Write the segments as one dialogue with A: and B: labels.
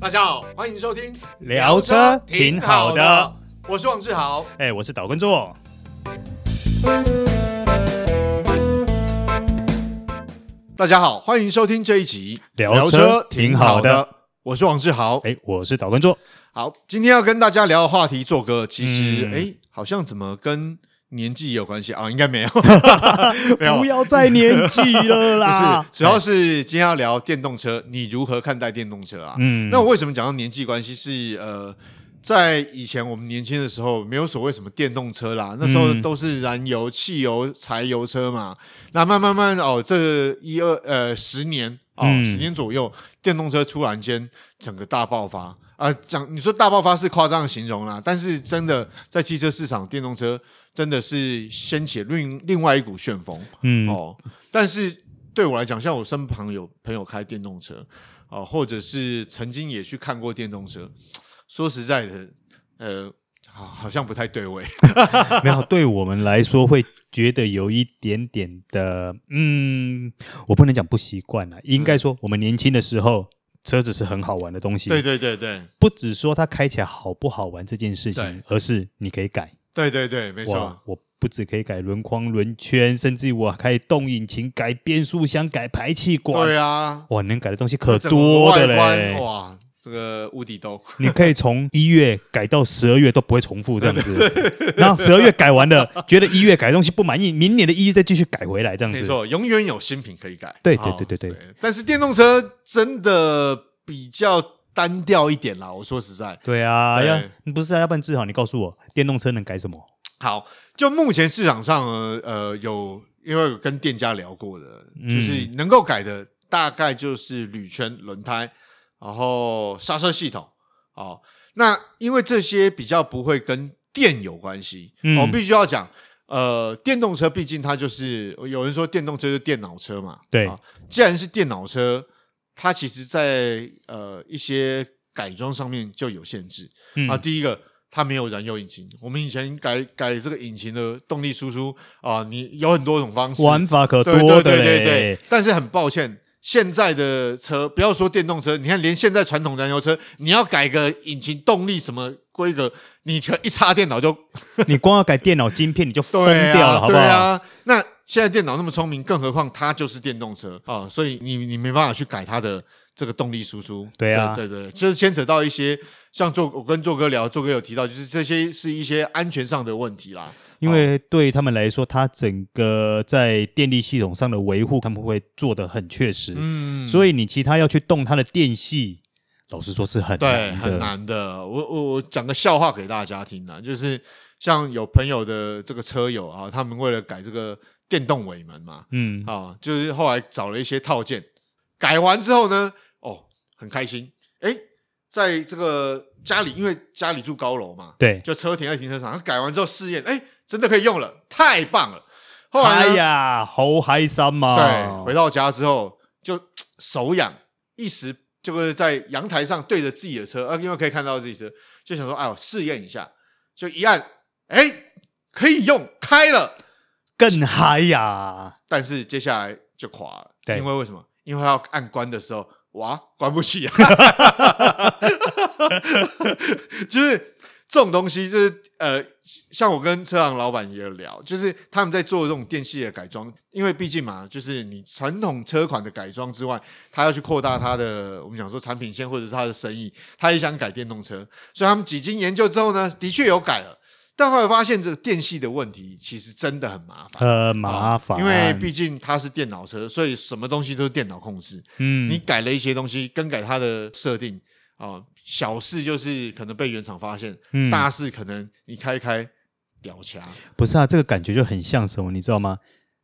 A: 大家好，欢迎收听
B: 聊车挺好的，，
A: 我是王志豪。
B: 哎、我是岛根座。
A: 大家好，欢迎收听这一集
B: 聊车挺好的，
A: 我是王志豪。
B: 哎、我是岛根座。
A: 好，今天要跟大家聊的话题，做哥其实
B: 嗯
A: 哎、好像怎么跟年纪有关系啊？应该 没有， 没有啊
B: 不。要再年纪 了
A: 不
B: 啦！
A: 是，主要是今天要聊电动车，你如何看待电动车啊？
B: 嗯，
A: 那我为什么讲到年纪关系是呃，在以前我们年轻的时候，没有所谓什么电动车啦，那时候
B: 嗯
A: 都是燃油、汽油、柴油车嘛。那慢慢慢哦，这一二呃十年哦，
B: 嗯
A: 十年左右，电动车突然间整个大爆发啊！讲、你说大爆发是夸张的形容啦，但是真的在汽车市场，电动车真的是掀起了另另外一股旋风。
B: 嗯、
A: 哦，但是对我来讲，像我身旁有朋友开电动车啊、或者是曾经也去看过电动车，说实在的，呃，好好像不太对味。
B: 没有，对我们来说会觉得有一点点的，嗯，我不能讲不习惯了，应
A: 嗯
B: 该说我们年轻的时候。车子是很好玩的东西，
A: 对对对对
B: 不只说它开起来好不好玩这件事
A: 对
B: 情，而是你可以改。
A: 对对对，没错
B: 哇，，我不只可以改轮框、轮圈，甚至我还可以动引擎、改变速箱、改排气管。
A: 对啊，
B: 哇，能改的东西可
A: 整个
B: 多的
A: 外观
B: 嘞！
A: 哇，这个无底洞，
B: 你可以从一月改到十二月都不会重复这样子，然后十二月改完了，觉得一月改的东西不满意，明年的一月再继续改回来这 样
A: 没
B: 子。
A: 错，永远有新品可以改。
B: 嗯对
A: 哦
B: 对对对对
A: 但是电动车真的比较单调一点啦，我说实在。
B: 对啊，
A: 对啊
B: 要不是啊，要不然志豪，你告诉我，电动车能改什么？
A: 好，就目前市场上呢，呃，有因为有跟店家聊过的，
B: 嗯
A: 就是能够改的大概就是铝圈、轮胎，然后刹车系统。哦，那因为这些比较不会跟电有关系，哦
B: 嗯
A: 我必须要讲。呃，电动车毕竟它就是有人说电动车就是电脑车嘛，
B: 对
A: 啊既然是电脑车，它其实在呃一些改装上面就有限制，
B: 嗯
A: 啊，第一个它没有燃油引擎，我们以前改改这个引擎的动力输出啊，你有很多种方式，
B: 玩法可
A: 对
B: 多
A: 对对
B: 的
A: 对对
B: 嘞。，
A: 但是很抱歉。现在的车，不要说电动车，你看连现在传统燃油车，你要改个引擎动力什么规格，你可一插电脑就
B: 你光要改电脑晶片，你就疯
A: 对啊
B: 掉了，好不
A: 对
B: 好？
A: 啊，那现在电脑那么聪明，更何况它就是电动车啊、所以你你没办法去改它的这个动力输出。
B: 对啊
A: 对对，对这牵扯到一些像做我跟做哥聊，做哥有提到，就是这些是一些安全上的问题啦。
B: 因为对他们来说，它整个在电力系统上的维护，他们会做得很确实。
A: 嗯
B: 所以你其他要去动它的电系，老实说是很
A: 对
B: 难的。
A: 很难的。我我我讲个笑话给大家听啊，就是像有朋友的这个车友啊，他们为了改这个电动尾门嘛，
B: 嗯，
A: 啊，就是后来找了一些套件，改完之后呢，哦，很开心。哎，在这个家里，因为家里住高楼嘛，
B: 对。
A: 就车停在停车场。改完之后试验，哎，真的可以用了，太棒了。后来
B: 哎
A: 呢，
B: 呀， 哦好啊嗨三嘛！
A: 对，回到家之后就嘖手痒，一时就是在阳台上对着自己的车，啊，因为可以看到自己车，就想说，哎呦，试验一下，就一按，哎，可以用，开了。
B: 更嗨呀！
A: 但是接下来就垮了。
B: 对
A: 因为为什么？因为他要按关的时候，哇，关不起啊！啊 就是这种东西，就是呃，像我跟车行老板也有聊，就是他们在做这种电系的改装，因为毕竟嘛，就是你传统车款的改装之外，他要去扩大他的我们讲说产品线或者是他的生意，他也想改电动车，所以他们几经研究之后呢，的确有改了。但后来发现，这个电系的问题其实真的很麻烦。
B: 呃，麻烦，
A: 因为毕竟它是电脑车，所以什么东西都是电脑控制。
B: 嗯，
A: 你改了一些东西，更改它的设定啊、小事就是可能被原厂发现，
B: 嗯
A: 大事可能你开一开屌掐。
B: 不是啊，这个感觉就很像什么，你知道吗？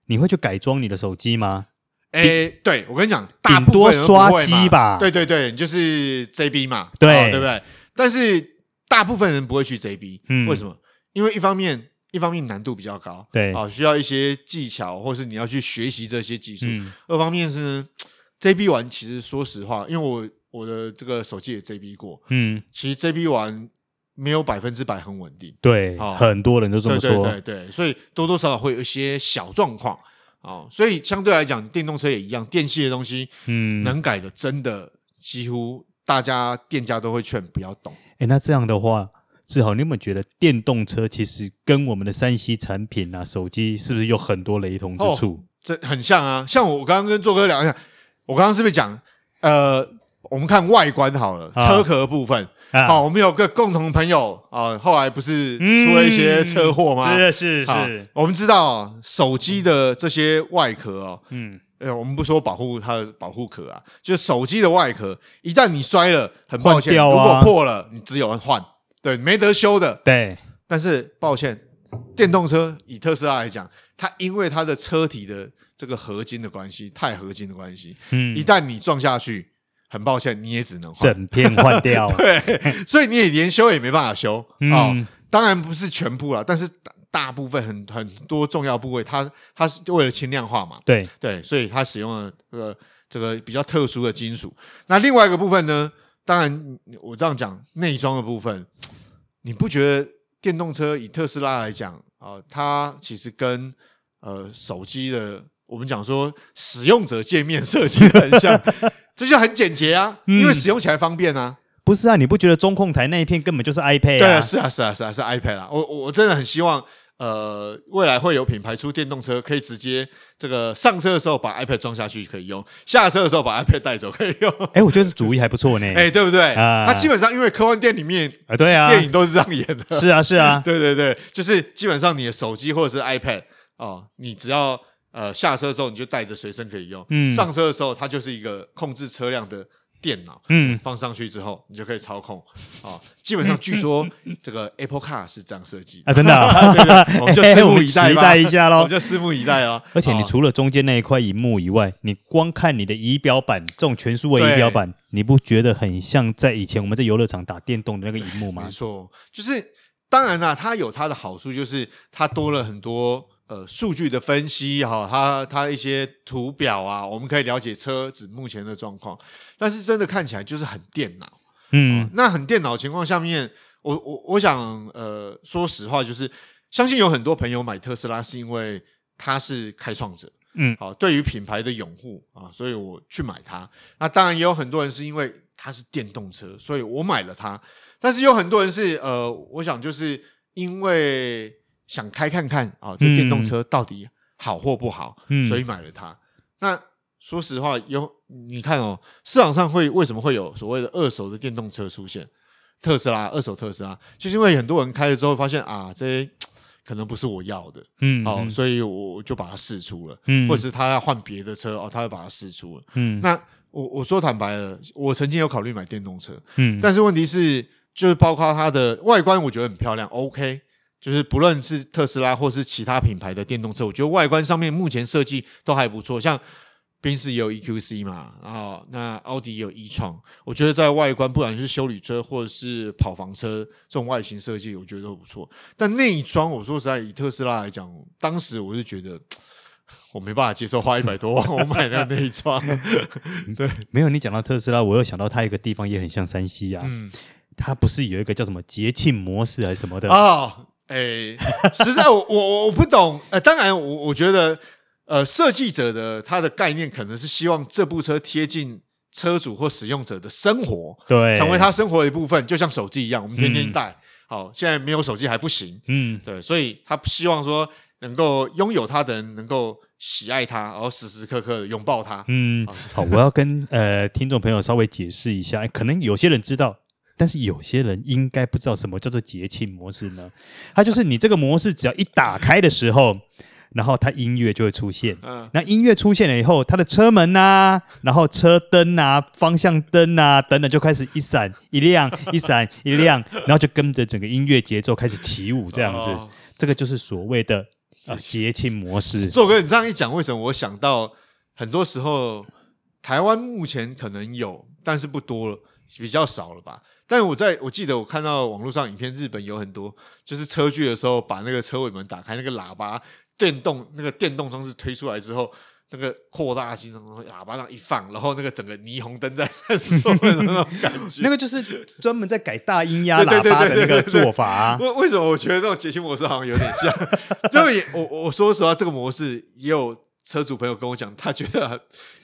B: 你会去改装你的手机吗？
A: 诶，对我跟你讲，大
B: 顶
A: 部
B: 多
A: 分人都不会嘛
B: 刷机吧
A: 对对对，你就是 JB 嘛，
B: 对
A: 哦对不对？但是大部分人不会去 JB，
B: 嗯
A: 为什么？因为一方面。一方面难度比较高，
B: 对
A: 啊、需要一些技巧，或是你要去学习这些技术。
B: 嗯
A: 二方面是 JB 玩，其实说实话，因为我我的这个手机也 JB 过，
B: 嗯，
A: 其实 JB 玩没有百分之百很稳定，
B: 对，
A: 好
B: 很多人都
A: 对
B: 这么
A: 哦对
B: 说
A: 对。对，所以多多少少会有一些小状况哦。所以相对来讲，电动车也一样，电器的东西
B: 嗯，
A: 能改的真的几乎大家店家都会劝不要动。
B: 哎，那这样的话，志豪，你有没有觉得电动车其实跟我们的三 C 产品啊、手机是不是有很多雷同之处？
A: 这很像啊，像我刚刚跟做哥聊一下，我刚刚是不是讲，呃，我们看外观好了，
B: 啊
A: 车壳部分，
B: 啊
A: 哦 好，我们有个共同朋友啊、后来不是出了一些车祸吗？
B: 是嗯是
A: 好
B: 是，，
A: 我们知道、哦、手机的这些外壳哦，
B: 嗯，
A: 呃，我们不说保护它的保护壳啊，就是手机的外壳，一旦你摔了，很抱歉，
B: 换掉
A: 如
B: 啊
A: 果破了，你只有换，对，没得修的。
B: 对，
A: 但是抱歉，电动车以特斯拉来讲，它因为它的车体的这个合金的关系，钛合金的关系，一
B: 嗯，
A: 旦你撞下去，很抱歉，你也只能换，
B: 整片换掉，
A: 对，所以你也连修也没办法修哦
B: 嗯。
A: 当然不是全部啦，但是大大部分很很多重要部位，它它是为了轻量化嘛，
B: 对，
A: 对，所以它使用了这个这个比较特殊的金属。那另外一个部分呢，当然我这样讲内装的部分，你不觉得电动车以特斯拉来讲啊、呃它其实跟呃手机的我们讲说使用者界面设计得很像，这就很简洁啊，因为
B: 嗯
A: 使用起来方便啊。
B: 不是啊？你不觉得中控台那一片根本就是 iPad
A: 对
B: 啊？
A: 啊，是啊，是啊，是啊，是 iPad 啦。我我我真的很希望，呃，未来会有品牌出电动车，可以直接这个上车的时候把 iPad 装下去可以用，下车的时候把 iPad 带走可以用。
B: 哎，我觉得这主意还不错呢。
A: 哎、对不对？
B: 啊
A: 它基本上因为科幻店里面、
B: 啊，对啊，
A: 电影都是这样演的。
B: 是啊是啊，
A: 对对对，就是基本上你的手机或者是 iPad 哦，你只要呃下车的时候你就带着随身可以用，
B: 嗯
A: 上车的时候它就是一个控制车辆的电脑，
B: 嗯，
A: 放上去之后，你就可以操控 啊、哦基本上据说这个 Apple Car 是这样设计的
B: 啊真的啊 哎
A: 对对， 我们就拭目以待
B: 我们期
A: 吧，
B: 待一下咯
A: 我们就拭目以待 啊。
B: 而且你
A: 哦
B: 除了中间那一块荧幕以外，你光看你的仪表板，这种全数位仪表板，你不觉得很像在以前我们在游乐场打电动的那个荧幕吗
A: 没？错，就是当然啦，它有它的好处，就是它多了很多呃数据的分析哈、它它一些图表啊，我们可以了解车子目前的状况，但是真的看起来就是很电脑。
B: 嗯，
A: 哦那很电脑情况下面，我我我想呃，说实话，就是相信有很多朋友买特斯拉是因为他是开创者，
B: 嗯
A: 好、对于品牌的拥护啊，所以我去买它。那当然也有很多人是因为它是电动车，所以我买了它。但是有很多人是呃，我想就是因为想开看看啊，这电动车到底好或不好，
B: 嗯
A: 所以买了它。那说实话，有你看哦，市场上会为什么会有所谓的二手的电动车出现？特斯拉二手特斯拉，就是因为很多人开了之后发现啊，这些可能不是我要的
B: 嗯
A: 哦，所以我就把它试出了，
B: 嗯
A: 或者是他要换别的车哦，他会把它试出了。
B: 嗯
A: 那我我说坦白了，我曾经有考虑买电动车，
B: 嗯，
A: 但是问题是，就是包括它的外观，我觉得很漂亮，OK。就是不论是特斯拉或是其他品牌的电动车，我觉得外观上面目前设计都还不错，像宾士也有 EQC 嘛，然后那奥迪也有 e 创，我觉得在外观，不管是修理车或者是跑房车这种外形设计，我觉得都不错。但内装，我说实在，以特斯拉来讲，当时我是觉得我没办法接受花一百多万我买那个内装，
B: 没有你讲到特斯拉，我又想到它一个地方也很像山西啊，
A: 嗯。
B: 它不是有一个叫什么节庆模式还是什么的？
A: 哦，诶，实在我我 我我不懂。呃，当然我我觉得，呃，设计者的他的概念可能是希望这部车贴近车主或使用者的生活，
B: 对，
A: 成为他生活的一部分，就像手机一样，我们天天
B: 嗯
A: 带。好，现在没有手机还不行，
B: 嗯
A: 对，所以他希望说能够拥有它的人能够喜爱它，然后时时刻刻的拥抱它。
B: 嗯，好，我要跟 呃听众朋友稍微解释一下，哎可能有些人知道，但是有些人应该不知道什么叫做节庆模式呢？ 它就是你这个模式只要一打开的时候，然后它音乐就会出现。
A: 嗯，
B: 那音乐出现了以后，它的车门呐、然后车灯呐、方向灯呐、等等，就开始一闪一亮，一闪一亮，然后就跟着整个音乐节奏开始起舞，这样子，
A: 哦
B: 这个就是所谓的呃节庆模式。
A: 做哥，你这样一讲，为什么我想到很多时候台湾目前可能有，但是不多了，比较少了吧？但我在我记得我看到网络上影片，日本有很多，就是车距的时候把那个车尾门打开，那个喇叭电动那个电动装置推出来之后。那个扩大机，然后喇叭上一放，然后那个整个霓虹灯在闪烁的那种感觉。
B: 那个就是专门在改大音压喇叭的那个做法、啊。
A: 为 为什么我觉得这种解析模式好像有点像？就也我我说实话，这个模式也有车主朋友跟我讲，他觉得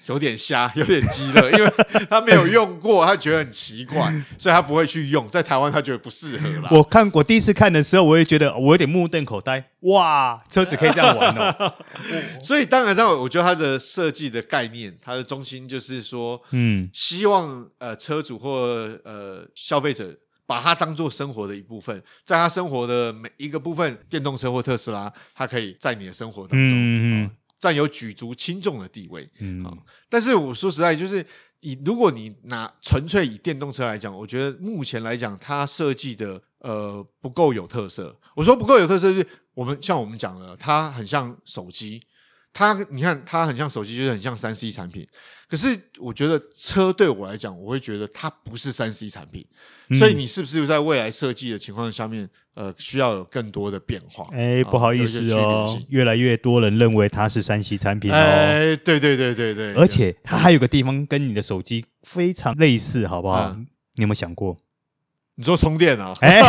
A: 有点瞎， 有点鸡肋，因为他没有用过，他觉得很奇怪，所以他不会去用。在台湾，他觉得不适合啦。
B: 我看我第一次看的时候，我也觉得我有点目瞪口呆，哇，车子可以这样玩哦。
A: 所以当然，当然，我觉得它的设计的概念，它的中心就是说，
B: 嗯，
A: 希望呃车主或呃消费者把它当做生活的一部分，在他生活的每一个部分，电动车或特斯拉，它可以在你的生活当中、
B: 嗯嗯嗯
A: 呃占有举足轻重的地位。
B: 嗯
A: 好但是我说实在，就是以如果你拿纯粹以电动车来讲，我觉得目前来讲，它设计的呃不够有特色。我说不够有特色，就是我们像我们讲的，它很像手机，它你看它很像手机，就是很像三 C 产品。可是我觉得车对我来讲，我会觉得它不是三 C 产品，
B: 嗯
A: 所以你是不是在未来设计的情况下面，呃，需要有更多的变化？
B: 哎，
A: 啊
B: 不好意
A: 有一
B: 思
A: 些区别
B: 哦
A: 性，
B: 越来越多人认为它是山西产品哦。
A: 哎，对对对对对，
B: 而且它还有个地方跟你的手机非常类似，好不好？
A: 嗯
B: 你有没有想过？
A: 你说充电啊，
B: 哎，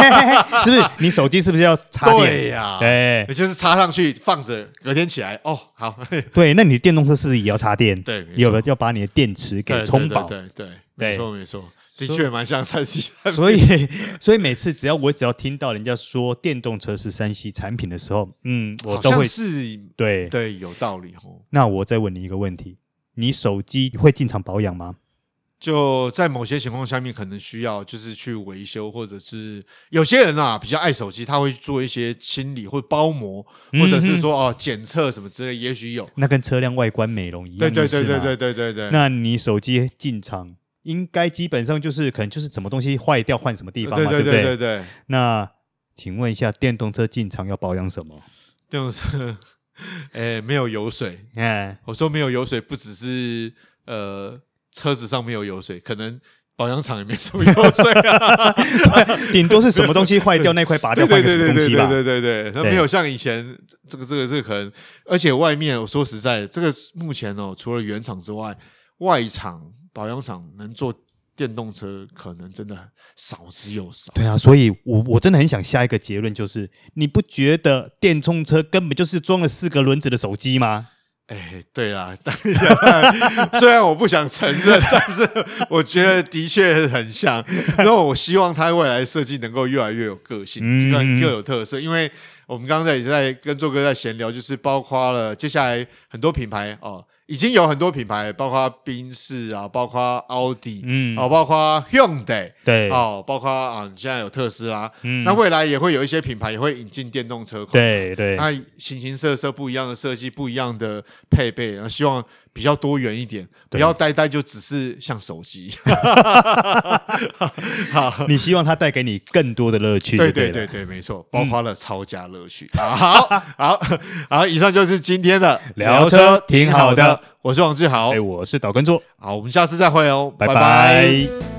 B: 是不是你手机是不是要插电？哎
A: 对呀
B: 对
A: 也就是插上去放着，隔天起来哦，好，
B: 对，那你电动车是不是也要插电？
A: 对没错
B: 有的要把你的电池给
A: 对
B: 充饱。
A: 对对对，
B: 对
A: 没错没错，的确蛮像三 C 产品。
B: 所以，所以每次只要我只要听到人家说电动车是山西产品的时候，嗯，我
A: 好
B: 都
A: 像
B: 会
A: 是
B: 对。
A: 对有道理哦。
B: 那我再问你一个问题：你手机会进厂保养吗？
A: 就在某些情况下面，可能需要就是去维修，或者是有些人啊比较爱手机，他会做一些清理或包膜，或者是说哦检测什么之类，也许有。
B: 那跟车辆外观美容一
A: 对
B: 样，
A: 对
B: 意思
A: 对
B: 嘛
A: 对对对对对。
B: 那你手机进厂，应该基本上就是可能就是什么东西坏掉换什么地方
A: 对
B: 嘛，
A: 对
B: 不
A: 对对对，
B: 那请问一下，电动车进厂要保养什 么？
A: 这种是，哎，没有油水，
B: 哎，
A: 我说没有油水，不只是呃车子上没有油水，可能保养厂也没什么油水 啊。
B: 顶多是什么东西坏掉那块拔掉
A: 对对
B: 啊换
A: 对
B: 个什么
A: 对
B: 东
A: 对
B: 西
A: 对
B: 吧？
A: 对对对，它没有像以前这个这个这个可能，而且外面我说实在，这个目前哦，除了原厂之外，外厂保养厂能做电动车，可能真的少之又少。
B: 对啊，所以我我真的很想下一个结论，就是你不觉得电动车根本就是装了四个轮子的手机吗？
A: 哎，对啦，当然，虽然我不想承认，但是我觉得的确很像。然后我希望它未来设计能够越来越有个性，
B: 嗯
A: 更更有特色。因为我们刚才也在跟做哥在闲聊，就是包括了接下来很多品牌哦，已经有很多品牌，包括宾士啊，包括奥迪，
B: 嗯
A: 哦，包括 Hyundai，
B: 对
A: 哦，包括啊，现在有特斯拉，
B: 嗯
A: 那未来也会有一些品牌也会引进电动车款。
B: 对对，
A: 那形形色色不一样的设计，不一样的配备，然后希望比较多元一点，不要呆呆就只是像手机。好，
B: 你希望它带给你更多的乐趣就
A: 对
B: 对嗯
A: 对
B: 了
A: 对对，没错，包括了超加乐趣。好好好，以上就是今天的
B: 聊车挺好的，
A: 我是王志豪
B: 哎，，我是岛根座，
A: 好，我们下次再会哦，
B: 拜
A: 拜
B: 拜